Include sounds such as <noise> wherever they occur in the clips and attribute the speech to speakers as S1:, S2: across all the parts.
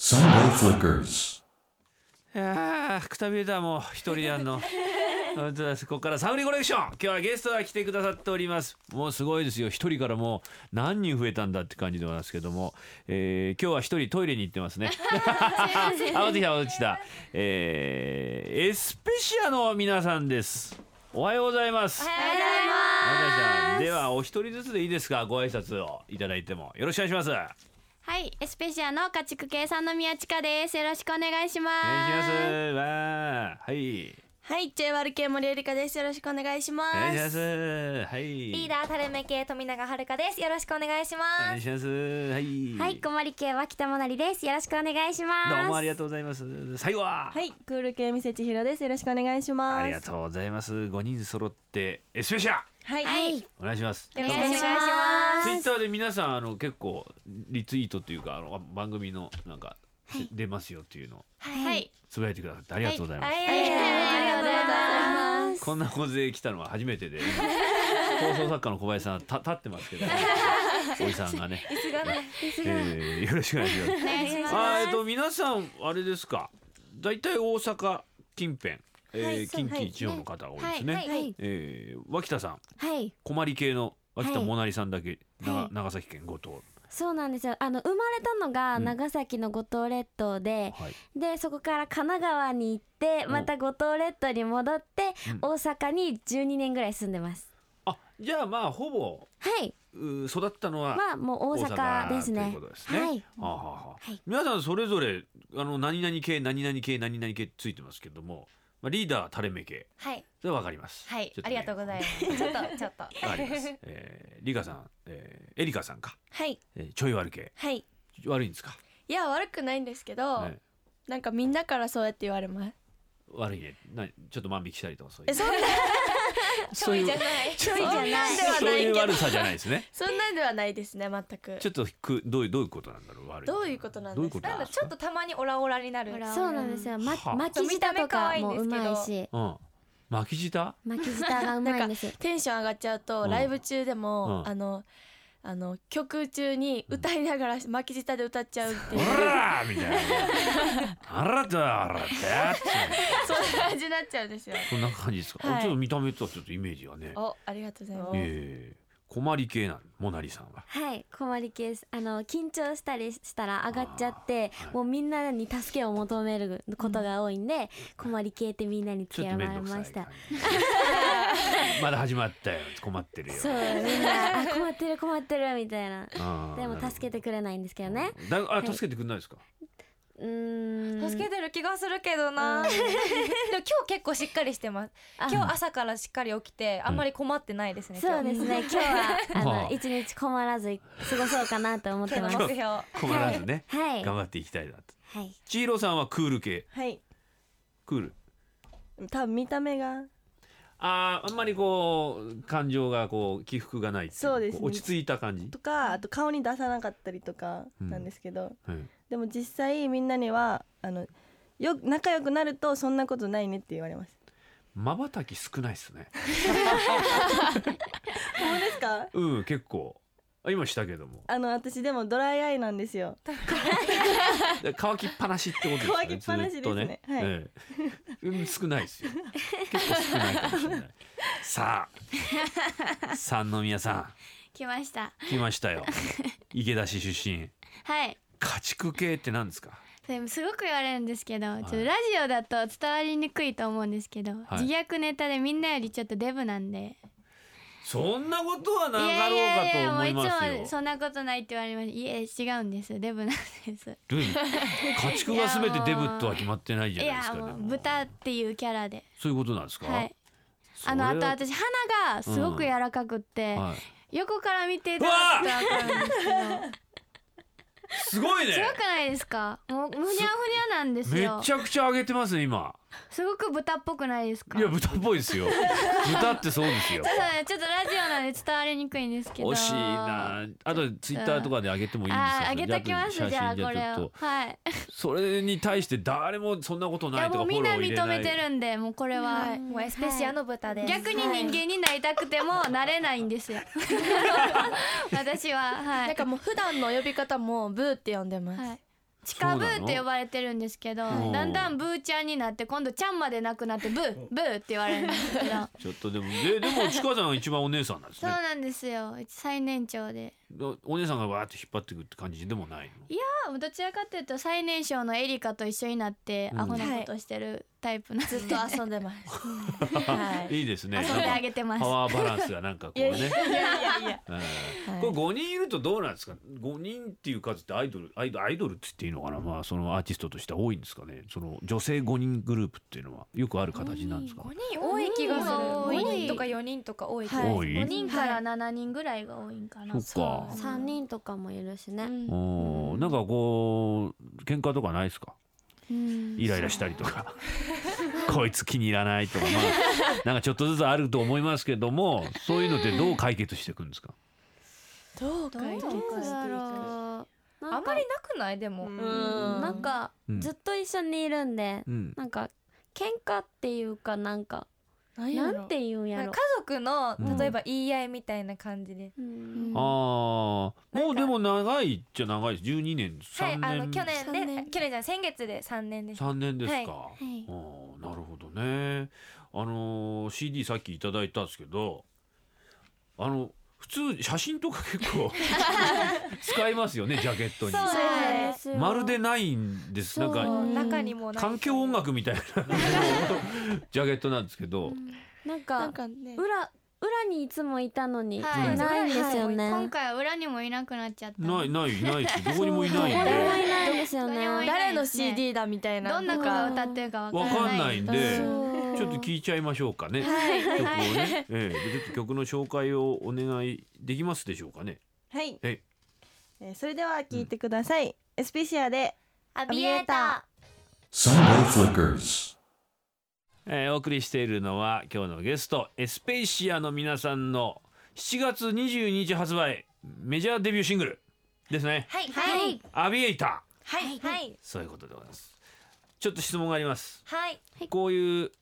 S1: Sunday Flickers.
S2: あーくたびれたもう一人であんの本当だここからサウリーコレクション今日はゲストが来てくださっておりますもうすごいですよ一人からもう何人増えたんだって感じでございますけども、えー今日は一人トイレに行ってますねあ落ちた落ちたえーエスペシアの皆さんですおはようございます
S3: おはようございます。
S2: おはようございますではお一人ずつでいいですかご挨拶をいただいてもよろしくお願いします
S3: はい、エスペシアの家畜系さんの宮近です。よろしくお願いしま
S2: お願いします
S3: す。
S2: わーはい
S4: はい、JR 系森ゆりかです。よろしくお願いします。
S2: お願いしますはい
S4: リーダータルメ系富永遥です。よろしくお願いし
S2: お
S4: ま
S2: 願い
S4: す。
S2: しますはい
S3: はい、小森系は北もなりです。よろしくお願いします。
S2: どうもありがとうございます最後は、
S4: はい、クール系みせちひろです。よろしくお願いします。
S2: ありがとうございます五人揃ってエスペシャル
S4: はい、
S3: はい、
S4: よ
S3: よ
S2: お願いします
S4: ろ
S3: ろ
S4: し
S3: し
S4: く
S3: く
S4: お
S3: お
S4: 願
S3: 願
S4: い
S3: い
S4: し
S3: し
S4: ま
S3: ま
S2: ツイ
S3: す。
S2: ッターで皆さんあの結構リツイートっていうかあの番組のなんか、出ますよっていうのを
S3: はい、
S2: つぶやいてくださってありがとうござい
S4: す。
S2: ます、
S4: はい、
S3: ありがとうございます。
S2: こんな大勢来たのは初め
S4: <laughs>
S2: てで放送作家の小林さんた立ってますけどおじさんがね
S4: 椅子がね、
S2: えーよろしくお願いします
S3: お願いします。
S2: あーえっと皆さんあれですか。だいたい大阪近辺、えー
S4: はいそう
S2: 近
S4: は
S2: 畿
S4: い
S2: 地方の方が多いですね。
S3: はいはい
S2: えー脇田さん、
S3: はい、
S2: 小まり系の脇田
S3: はい
S2: もなりさんだけ、な
S3: はい
S2: 長崎県五島。
S3: そうなんですよ。あの生まれたのが
S2: うん
S3: 長崎の五島列島で、
S2: はい。
S3: でそこから神奈川に行って、
S2: お
S3: また五島列島に戻って
S2: うん
S3: 大阪に12年ぐらい住んでます。
S2: あじゃあまあほぼ
S3: はい、
S2: うー育ったのは
S3: まあもう
S2: 大
S3: 大阪
S2: 阪
S3: ですね。
S2: ということですね。
S3: はい。
S2: あーはーはー
S3: はい
S2: 皆さんそれぞれあの何々系何々系何々系ついてますけども、まあリーダー垂れ目系
S5: はい、
S2: それはわかります。
S5: はい
S2: ちょっ、
S5: あ
S2: ね
S5: りがとうございます。ちょっと、ちょっと。
S2: わかります。
S4: <laughs>
S2: えー、リカさん、えー、エリカさんか、
S4: はい、
S2: えー、ちょい悪系
S4: はい。
S2: 悪いんですか。
S4: いや、悪くないんですけど、
S2: ね、
S4: なんかみんなからそうやって言われます。
S2: 悪いね。なちょっと万引きしたりとかそういう。
S4: え、そんな、
S5: <laughs>
S2: そういう
S3: ちょいじゃない。
S2: そういう悪さじゃないです
S4: <laughs>
S2: ね。
S4: そんなんではないですね、全く
S2: ちょ。っとくどういうどういうことなんだろう悪い。
S4: どういうことなんですか
S2: どういうこと
S5: なん
S2: で
S5: か
S2: す
S5: ちょっとたまにオラオラになる。
S3: そうなんですよ。ま
S2: はあ
S3: 巻き舌とかもうまいし、
S2: うん。巻き舌？
S3: 巻き舌がうまいんです。
S4: テンション上がっちゃうと、
S2: うん
S4: ライブ中でも、
S2: うん
S4: あのあの曲中に歌いながら巻き舌で歌っちゃうって
S2: お
S4: いう、
S2: らーみたいな。あらだあらだって。
S4: <laughs> そんな感じになっちゃうんですよ。
S2: そんな感じですか。
S4: はい
S2: ちょっと見た目とはちょっとイメージがね。
S4: お、ありがとうございます。
S2: ええ困り系なのモナリさんは。
S3: はい、困り系です。あの緊張したりしたら上がっちゃって
S2: あーはい、
S3: もうみんなに助けを求めることが多いんで、困り系ってみんなに
S2: ち
S3: 付
S2: ょっ
S3: け
S2: と
S3: ら
S2: 面
S3: れ
S2: 倒くさ
S3: ま
S2: い感
S3: した。
S2: じ。まだ始まったよ困ってるよ。
S3: <laughs> そう、みんなあ困ってる困ってるみたいな。
S2: あー
S3: で
S2: な
S3: も
S2: るほど
S3: 助けてくれないんですけどね。
S2: だあ
S3: い
S2: 助けてくれないですか。
S3: うーん。
S5: 助けてる気がするけどな。でも今日結構しっかりしてます。
S3: あ
S5: 今日朝からしっかり起きて、あんまり困ってないですね。
S3: そうですね。今日はあ
S2: はあ
S3: の一日困らず過ごそうかなと思って
S5: <laughs>
S3: ま
S5: 今日
S3: す
S5: の目。標。は
S2: 困らずね、
S3: はい。
S2: 頑張っていきたいなと。
S3: はい。
S2: チーロさんはクール系
S6: はい、
S2: クール。
S6: 多分見た目が
S2: あーあんまりこう感情がこう起伏がないってい
S6: そうですね
S2: こ落ち着いた感じ。
S6: とかあと顔に出さなかったりとかなんですけど、
S2: うん
S6: でも実際みんなにはあのよ仲良くなるとそんなことないねって言われます。
S2: 瞬き少ないですね。
S6: 本当ですか？
S2: うん結構。あ今したけども
S6: あの私でもドライアイなんですよ。
S2: で乾きっぱなしってことですよね
S6: 乾きっぱなしです
S2: ず
S6: ね
S2: っと
S6: はい
S2: ええうん少ないですよ結構少ないかもしれないさあ三宮さ
S3: 来ました。
S2: ん来ましたよ池田市出身
S7: はい。
S2: 家畜系って何ですか
S7: でもすごく言われるんですけど、
S2: い
S7: ちょっとラジオだと伝わりにくいと思うんですけど、
S2: い
S7: 自虐ネタでみんなよりちょっとデブなんで。
S2: そんなことはなかろ
S7: やいうや
S2: かと思い
S7: もう
S2: ます
S7: いつも
S2: よ。
S7: そんなことないって言われます。いえ違うんです。デブなんです。
S2: ルイ家畜がすべてデブとは決まってないじ
S7: い
S2: ゃないで
S7: や
S2: すか。
S7: も
S2: で
S7: う豚っていうキャラで。
S2: そういうことなんですか。
S7: はい。
S2: そ
S7: あ
S2: れ
S7: の
S2: は
S7: あと私鼻がすごく柔らかくって、
S2: はい
S7: 横から見ていただくとわかるんですけど。
S2: すごいね
S7: す。ごくないですか？もうふにゃふにゃなんです
S2: め
S7: よ
S2: ち。ゃくちゃ上げてますね今。
S7: すごく豚っぽくないですか？
S2: いや豚っぽいですよ。豚ってそうですよ
S7: ちょっと。ねちょっとラジオなんで伝わりにくいんですけど。
S2: 惜しいな。あとツイッターとかで上げてもいいです
S7: あ
S2: よ。
S7: ー、あげときます。じゃあ、こ
S2: 後で写真
S7: れ
S2: ちょっ
S7: を
S2: と。
S7: はい。
S2: それに対して誰もそんなこと
S7: い
S2: な
S7: や、
S2: いと
S7: も
S2: か
S7: う
S2: フ
S7: み
S2: ォ
S7: ん
S2: ロ
S7: な
S2: ー入れな
S7: 認
S2: い。
S7: めてるんで、もうこれは。
S5: い、もうエスペシアの豚です。
S7: 逆に人間になりたくても、なれないんですよ。私は、は
S4: なん
S7: <laughs> い。
S4: かもう普段の呼び方もブーって呼んでます。
S7: はいチカブ
S2: そうな
S7: ー
S2: の
S7: って呼ばれてるんですけど
S2: うん
S7: だんだんブーちゃんになって今度ちゃんまでなくなって
S2: <laughs>
S7: ブーブーって言われるんですけどそう
S2: ちょっとでもでで
S7: <laughs>
S2: もちかさん一番お姉さんなんですね
S7: なんですよ最年長で
S2: おお姉さんがわーって引っ張っていくって感じでもないの
S7: あどちらかというと最年少のエリカと一緒になって
S2: うん
S7: アホなことしてるタイプなんで、
S4: ずっと遊んでます。は
S2: <laughs>
S4: い。
S2: いいですね
S7: 遊んで
S2: な
S7: あ
S2: んか
S7: げてます
S2: パワーバランスがなんかこうね
S6: やいや
S2: うん
S4: はい
S2: これ五人いるとどうなんですか五人っていう数ってアイドルアイドアイドルって言っていいのかなまあそのアーティストとしては多いんですかねその女性五人グループっていうのはよくある形なんですか
S5: 5人多い気がする
S7: 多い
S5: 5人とか4人とか多い気がする
S2: 多い
S7: 5人から7人ぐらいが多いんかな、
S2: そっか
S3: 三人とかもいるしね、
S5: うん
S2: おーなんかこう喧嘩とかないですか
S7: うん
S2: イライラしたりとかこいつ気に入らないとかまあなんかちょっとずつあると思いますけどもそういうのってどう解決していくんですか
S4: どう
S7: ど
S4: かい。
S7: うだろ
S5: あんまりなくないでも、
S4: うん
S3: なんか
S2: うん
S3: ずっと一緒にいるんで、
S2: うん
S3: なんか喧嘩っていうかなんか
S4: や
S3: な
S4: ろ
S3: んて言うんや
S5: なん
S3: ろ
S5: か、家族の
S2: うん
S5: 例えば言い合いみたいな感じで、
S3: うん
S7: う
S2: ああもうでも長いっちゃ長いです12年
S5: はい
S2: 3
S5: あの
S2: 年
S5: 去年
S4: 三
S5: で
S4: 年
S5: 去年じゃない先月で3年です
S2: 3年ですか、
S7: い
S2: あーなるほどねあのー CD さっきいただいたんですけどあの普通写真とか結構使いますよねジャケットに
S5: そう
S3: そうなんですよ
S2: まるでないんですなん
S3: そう
S2: か
S3: ん
S5: 中にもない
S2: 環境音楽みたいなジャケットなんですけど、
S3: なん
S4: な
S3: か
S4: んかね。
S3: 裏裏にいつもいたのに、
S7: はい
S3: ないんですよね、
S7: 今回は裏にもいなくなっちゃった
S2: ないないないしどこにもいないん
S3: どこにも
S2: で
S3: いないんですよ
S7: どこにもい
S3: ね
S7: ない
S4: 誰の CD だみたいな。
S7: どんな
S4: と
S7: 子
S4: か
S7: が歌ってるかわか
S2: わからん
S7: な
S2: ないいんで
S3: そう
S2: ちょっと聞いちゃいましょうかね、曲をね、ええでちょっと曲の紹介をお願いできますでしょうかね
S6: はい、
S2: はい
S6: えーそれでは聞いてください、エスピシアで
S5: アビエータ
S1: Sunday Flickers.
S2: えーお送りしているのは今日のゲストエスペーシアの皆さんの7月22日発売メジャーデビューシングルですね
S5: ーはいはい
S2: 「アビエイター
S5: はいはい」
S2: そういうことでございますちょっと質問があります
S5: はい
S2: こういう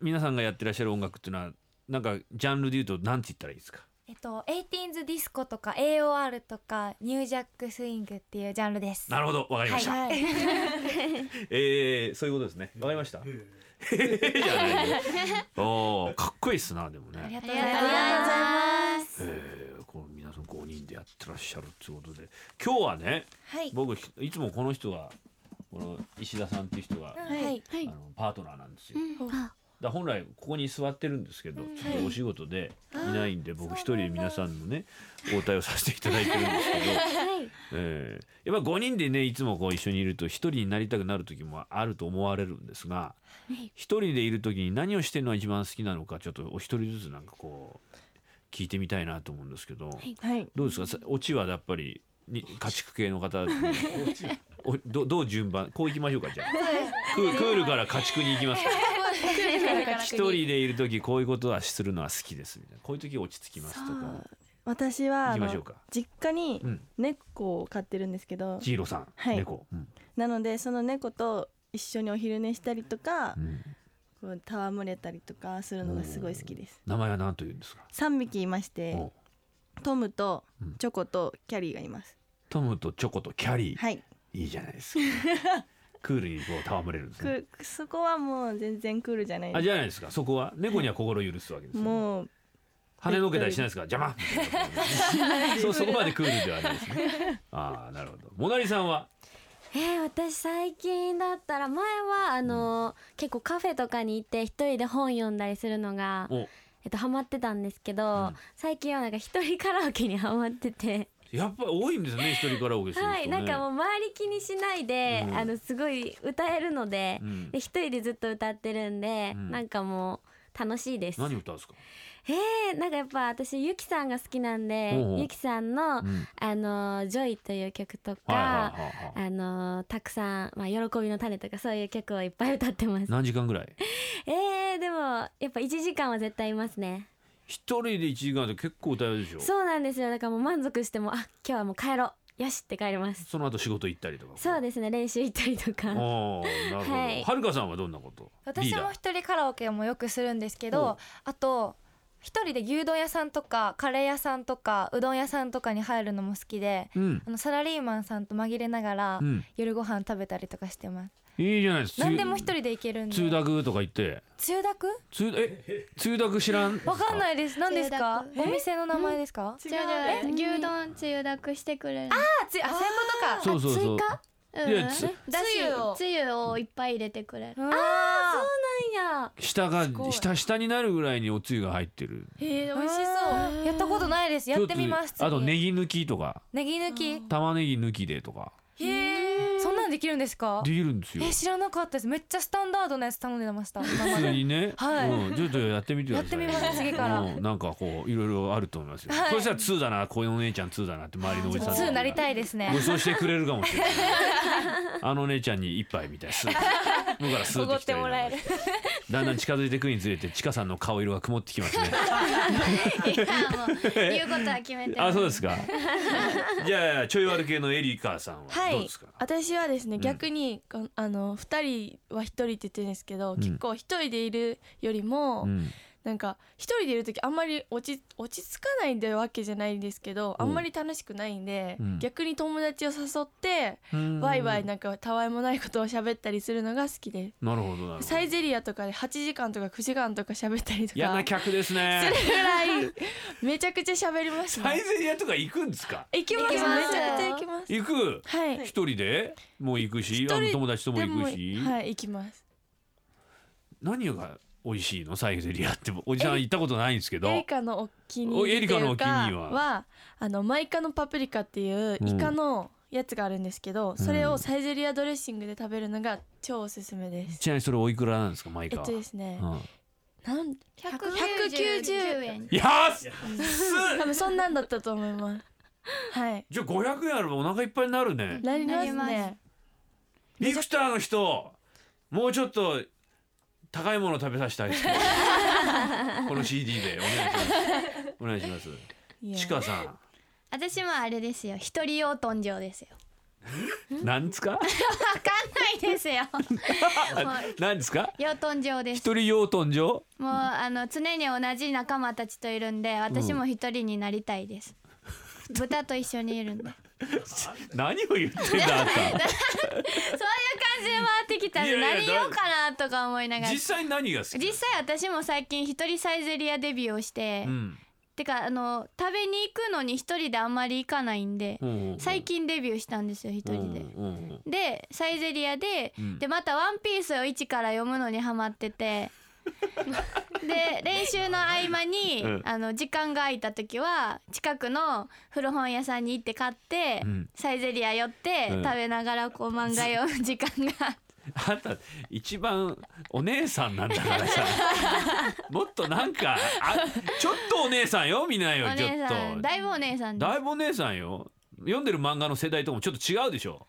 S2: 皆さんがやってらっしゃる音楽っていうのはなんかジャンルで言うと何て言ったらいいですか
S5: えっと、エイティーンズディスコとか AOR とかニュージャックスイングっていうジャンルです。
S2: なるほどわかりました、
S5: はい、
S2: えー、そういうことですねわかりました、えー、じゃない
S5: <laughs>
S2: よおーかっこいいっすなでもね
S5: ありがとう
S7: あ
S5: ご
S7: りが
S5: ざい
S7: とうござい
S5: ます。
S7: ます
S2: えー、この皆さん5人でやってらっしゃるってことで今日はね、
S5: はい
S2: 僕ひいつもこの人がこの石田さんっていう人が、
S5: うんはい、
S2: あのパートナーなんですよ。だから本来ここに座ってるんですけど、ちょっとお仕事でいないんで、僕一人で皆さんのね応対をさせていただいてるんですけど、えーやっぱ5人でねいつもこう一緒にいると一人になりたくなる時もあると思われるんですが一人でいる時に何をしてるのが一番好きなのかちょっとお一人ずつなんかこう聞いてみたいなと思うんですけど、
S6: はい
S2: どうですかさオチはやっぱりに家畜系の <laughs> 方おどどう順番こういきましょうかじゃあクークールから家畜に行きますか一人でいる時こういうことはするのは好きですみたいなこういう時落ち着きますとか
S6: 私は
S2: 行
S6: あ
S2: き
S6: の
S2: ましょうか
S6: 実家に
S2: うん
S6: 猫を飼ってるんですけど
S2: ジーロさん、
S6: はい
S2: 猫、うん
S6: なのでその猫と一緒にお昼寝したりとか
S2: う、ん
S6: こう戯れたりとかするのがすごい好きです
S2: 名前は何と言うんですか、
S6: 3匹いまして
S2: お
S6: トムと
S2: うん
S6: チョコとキャリーがいます、
S2: トムとチョコとキャリー、
S6: はい
S2: い、いじゃないですかクールにこう戯れるんですね
S6: くそこはもう全然クールじゃない
S2: あ
S6: で
S2: じゃないですかそこは猫には心許すわけですよ
S6: す
S2: ね
S6: もう
S2: 跳ねのけたりしないですか邪魔みたいなことねそうそこまでクールではないですねああなるほどモナリさんは
S3: えー、私最近だったら前はあのー結構カフェとかに行って一人で本読んだりするのが、
S2: お
S3: えっと、ハマってたんですけど、
S2: うん
S3: 最近はなんか一人カラオケにハマってて、
S2: やっぱり多いんですね一人カラオケする人ね
S3: はいなんかもう周り気にしないで、
S2: うん
S3: あのすごい歌えるので,、
S2: うん
S3: で一人でずっと歌ってるんで、
S2: うん
S3: なんかもう楽しいです。
S2: 何歌うんですか、
S3: え <laughs> ー、なんかやっぱ私ゆきさんが好きなんで
S2: おうおう
S3: ゆきさんの
S2: う
S3: 「
S2: ん
S3: あのージョイ」という曲とか。
S2: はいはいはいはい
S3: あのーたくさん、まあ、喜びの種とかそういう曲をいっぱい歌って
S2: <laughs>
S3: ます。
S2: 何時間ぐらい
S3: えー、でもやっぱ1時間は絶対いますね。
S2: 一人で1時間って結構歌えるでしょ
S3: そうなんですよだからもう満足してもあ今日はもう帰ろうよしって帰ります。
S2: その後仕事行ったりとか
S3: そう
S2: で
S3: ですね練習行ったりと
S2: ああ
S3: か。
S2: なるほど、
S3: はい
S2: はるかさんはどんなことリ
S5: 私
S2: ー
S5: も
S2: ダー
S5: 一人カラオケもよくするんですけ
S2: おう
S5: ど、あと一一人で牛丼屋さんとかカレー屋さんとかうどん屋さんとかに入るのも好きで
S2: うん
S5: あのサラリーマンさんと紛れながら
S2: うん
S5: 夜ご飯食べたりとかしてます
S2: いいじゃないですか
S5: 何でも一人で行けるんで
S2: 通学とか行って
S5: つゆだく
S2: 通え通学知らん
S5: わかん
S2: い
S5: ないです何ですか
S7: つゆだ
S5: お店の名前ですか
S7: 違う違う牛丼つゆだくしてくれるあ
S5: あつゆあそういうことか
S2: そうそうそう
S7: うん
S2: いやつ
S5: だしを
S7: つゆをいっぱい入れてくれる
S5: あ
S3: や
S2: 下が
S6: ごい
S2: 下下になるぐらいにおつゆが入ってる
S4: えー、
S5: ー
S4: 美味しそう
S5: やったことないですやってみます
S2: ちょっとあと
S5: 次
S2: ネギ抜きとか
S5: ネギ抜き
S2: 玉ねぎ抜きでとか
S5: へえそんなんできるんですか
S2: できるんですよ
S5: え知らなかったですめっちゃスタンダードなやつ頼んでました
S2: 普通にね、
S5: はい
S2: うん、ちょっとやってみてください
S5: やってみます次から
S2: うんなんかこういろいろあると思いますよ、
S5: はい
S2: そしたら2だなこのお姉ちゃん2だなって周りのおじさん
S5: 2なりたいですね
S2: ご馳走してくれるかもしれないあのお姉ちゃんに一杯みたいなスープ僕からスープ来たりなんかしてだんだん近づいてくるにつれてちかさんの顔色が曇ってきますね
S7: いやもう言うことは決めて
S2: <laughs>
S7: る
S2: あそうですかじゃあちょい悪系のエリカさんは
S4: はい
S2: どうですか、
S4: 私はですね
S2: ん
S4: 逆に、こんあの2人は1人って言ってるんですけど、
S2: ん
S4: 結構1人でいるよりも、
S2: うん
S4: なんか1人でいる時あんまり落ち落ち着かないってわけじゃないんですけど
S2: う
S4: あ
S2: ん
S4: んまり楽しくないんで、
S2: うん
S4: 逆に友達を誘って、
S2: うん
S4: ワイワイなんかたわいもないことを喋ったりするのが好きで
S2: なるほどなるほど
S4: すサイゼリアとかで8時間とか9時間とか喋ったりと
S2: 嫌
S4: か
S2: な客です
S4: <laughs> それ
S2: ね
S4: ぐらいめちゃくちゃ喋ります
S2: サイ
S4: ね
S2: ゼリアとか行くんですか
S4: 行きます
S7: 行きます
S4: めちゃくちゃ行きます
S2: 行く
S4: はい
S2: 一人でもう行くし
S4: 一人
S2: あの友達とも
S4: で
S2: 行
S4: も
S2: くし、
S4: はい行きます
S2: 何が美味しいのサイゼリアっておじさん行ったことないんですけど
S4: エリカのお気に
S2: お
S4: 入
S2: エ
S4: り
S2: リ
S4: って
S2: カの
S4: い
S2: お
S4: う
S2: 気に入
S4: か
S2: りは
S4: はあのマイカのパプリカっていう
S2: うん
S4: イカのやつがあるんですけど、それをサイゼリアドレッシングで食べるのが超おすすめです、
S2: ちなみにそれおいくらなんですか毎
S4: え
S2: 回
S4: っとですね、
S2: うん、
S4: なん
S7: 199円
S2: 安っ
S4: 多分そんなんだったと思いますはい
S2: じゃあ500円あればお腹いっぱいになるね
S4: なりま
S7: なり
S4: す
S7: ます
S4: ね
S2: ビクターの人もうちょっと高いもの食べさせてあげ
S4: <laughs>
S2: てこの CD でお願いしますお願いし
S4: い
S2: ま
S4: や
S2: すちかさ
S7: 私もあれですよ一人用トンジョですよ
S2: んなんですか
S7: わかんな
S2: <laughs>
S7: いですよもう
S2: なんですか
S7: 養豚場で
S2: 一
S7: す
S2: 人用豚上
S7: もうあの常に同じ仲間たちといるんで私も一人になりたいです、
S2: <laughs>
S7: 豚と一緒にいるんでそういう
S2: 何を言ってんだあんた
S7: 感じで回ってきたんで
S2: いやいや
S7: 何ようかなとか思いながら
S2: 実際何が好き
S7: 実際私も最近一人サイゼリアデビューをして、
S2: うん
S7: てかあの食べに行くのに一人であんまり行かないんで、
S2: うんうん
S7: 最近デビューしたんですよ一人で、
S2: うんうんうん
S7: でサイゼリアで、
S2: うん
S7: でまた「ワンピースを一から読むのにハマって
S2: <laughs>
S7: てで練習の合間に、
S2: うん
S7: あの時間が空いた時は近くの古本屋さんに行って買って、
S2: うん
S7: サイゼリア寄って、
S2: うん
S7: 食べながらこう漫画読む時間が
S2: あんた一番お姉さんなんだから
S7: <laughs>
S2: さもっとなんかあちょっとお姉さんよ見ないよ
S7: お
S2: ちょっ
S7: 姉さん
S2: と
S7: だいぶお姉さんです
S2: だいぶお姉さんよ読んでる漫画の世代ともちょっと違うでしょ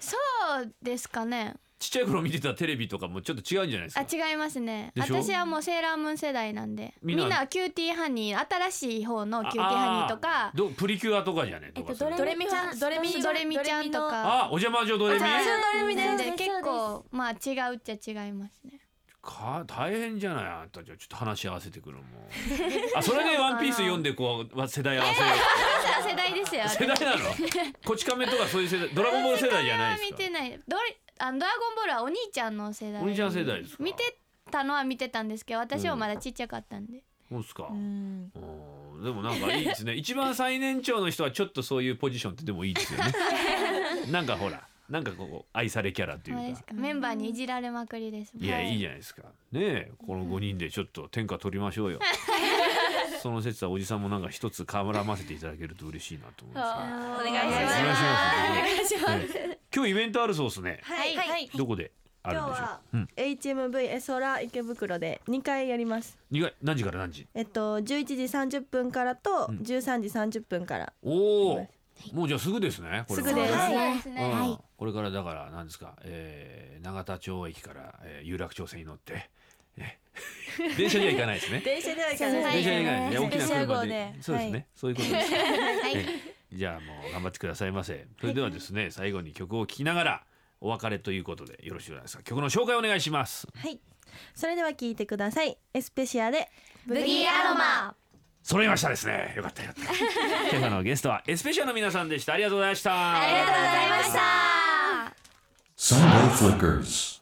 S7: そうですかね
S2: ちっちゃい頃見てたテレビとかもちょっと違うんじゃないです
S7: あ
S2: か
S7: 違いますね
S2: でしょ
S7: 私はもうセーラームーン世代なんで
S2: み
S7: み
S2: ん
S7: ん
S2: な
S7: なはキューティーハニー新しい方のキューティーハニーとか
S2: どプリキュアとかじゃね
S3: え
S2: と
S3: っと
S2: かそ
S3: ド
S2: れ
S3: レ
S5: ドレ
S3: ミ
S5: ミ
S3: ち
S5: ち
S3: ゃ
S5: ゃ
S3: ん
S5: ん
S7: ドレミ
S5: ドレミの
S7: ドレミちゃんとか
S2: あお邪魔女ドレミ
S7: あそう
S5: ドレミ
S7: なんで
S3: そうです
S7: 結構まあ違うっちゃ違いますね
S2: か大変じゃないあんたじゃあちょっと話し合わせてくるも
S7: <laughs>
S2: んあそれで「ワンピース読んでこうわ世代合わせよ
S7: 私は世代ですよ
S2: う世代なのこち亀とかそういう世代ドラゴンボール世代じゃないです
S7: 見
S2: か
S7: てないドレあのドラゴンボールはお兄ちゃんの世代
S2: お兄ちゃん世代ですか
S7: 見てたのは見てたんですけど私はまだちっちゃかったんで、
S2: そうですか、
S4: うん
S2: おーでもなんかいいですね一番最年長の人はちょっとそういうポジションってでもいいですよねなんかほらなんかこう愛されキャラという
S7: ま
S2: か
S7: あですかメンバーにいじられまくりですもん
S2: いや、、
S7: はい
S2: いじゃないですかねえこの5人でちょっと天下取りましょうよその説はおじさんもなんか一つ絡ませていただけると嬉しいなと思います
S5: お
S7: お願いし
S2: お
S7: ます
S2: 願いします
S5: お願いし
S2: ねえ今日イベントあるそうですね
S5: はいはい
S2: どこであるんでしょう、うん
S6: HMV エソラ池袋で2回やります
S2: 二回何時から何時
S6: えっと11時30分からと
S2: うん
S6: 13時30分から、
S2: おおもうじゃあすぐですねこれは
S6: すぐです
S7: そうですね、
S2: うんこれからだから何ですか、えー、永田町駅から、えー有楽町線に乗って、え <laughs> ー電車には行かないですね。
S6: 電車では行
S4: かない
S2: 電車には行かない
S4: は
S2: ね。
S4: い
S2: 大きな車で。
S4: スペシャル号で
S2: そうですね、
S4: は
S2: そういうことです。
S7: はい
S2: じゃあもう頑張ってくださいませ。それではですね、最後に曲を聴きながら、お別れということでよろしいでですか曲の紹介お願いします
S6: はいそれでは聞いてくださいエスペシアで
S5: ブギーアロマ
S2: 揃いましたですねよかったよかった今朝のゲストはエスペシャルの皆さんでしたありがとうございました
S5: ありがとうございまし
S1: Sunday
S5: た
S1: Flickers.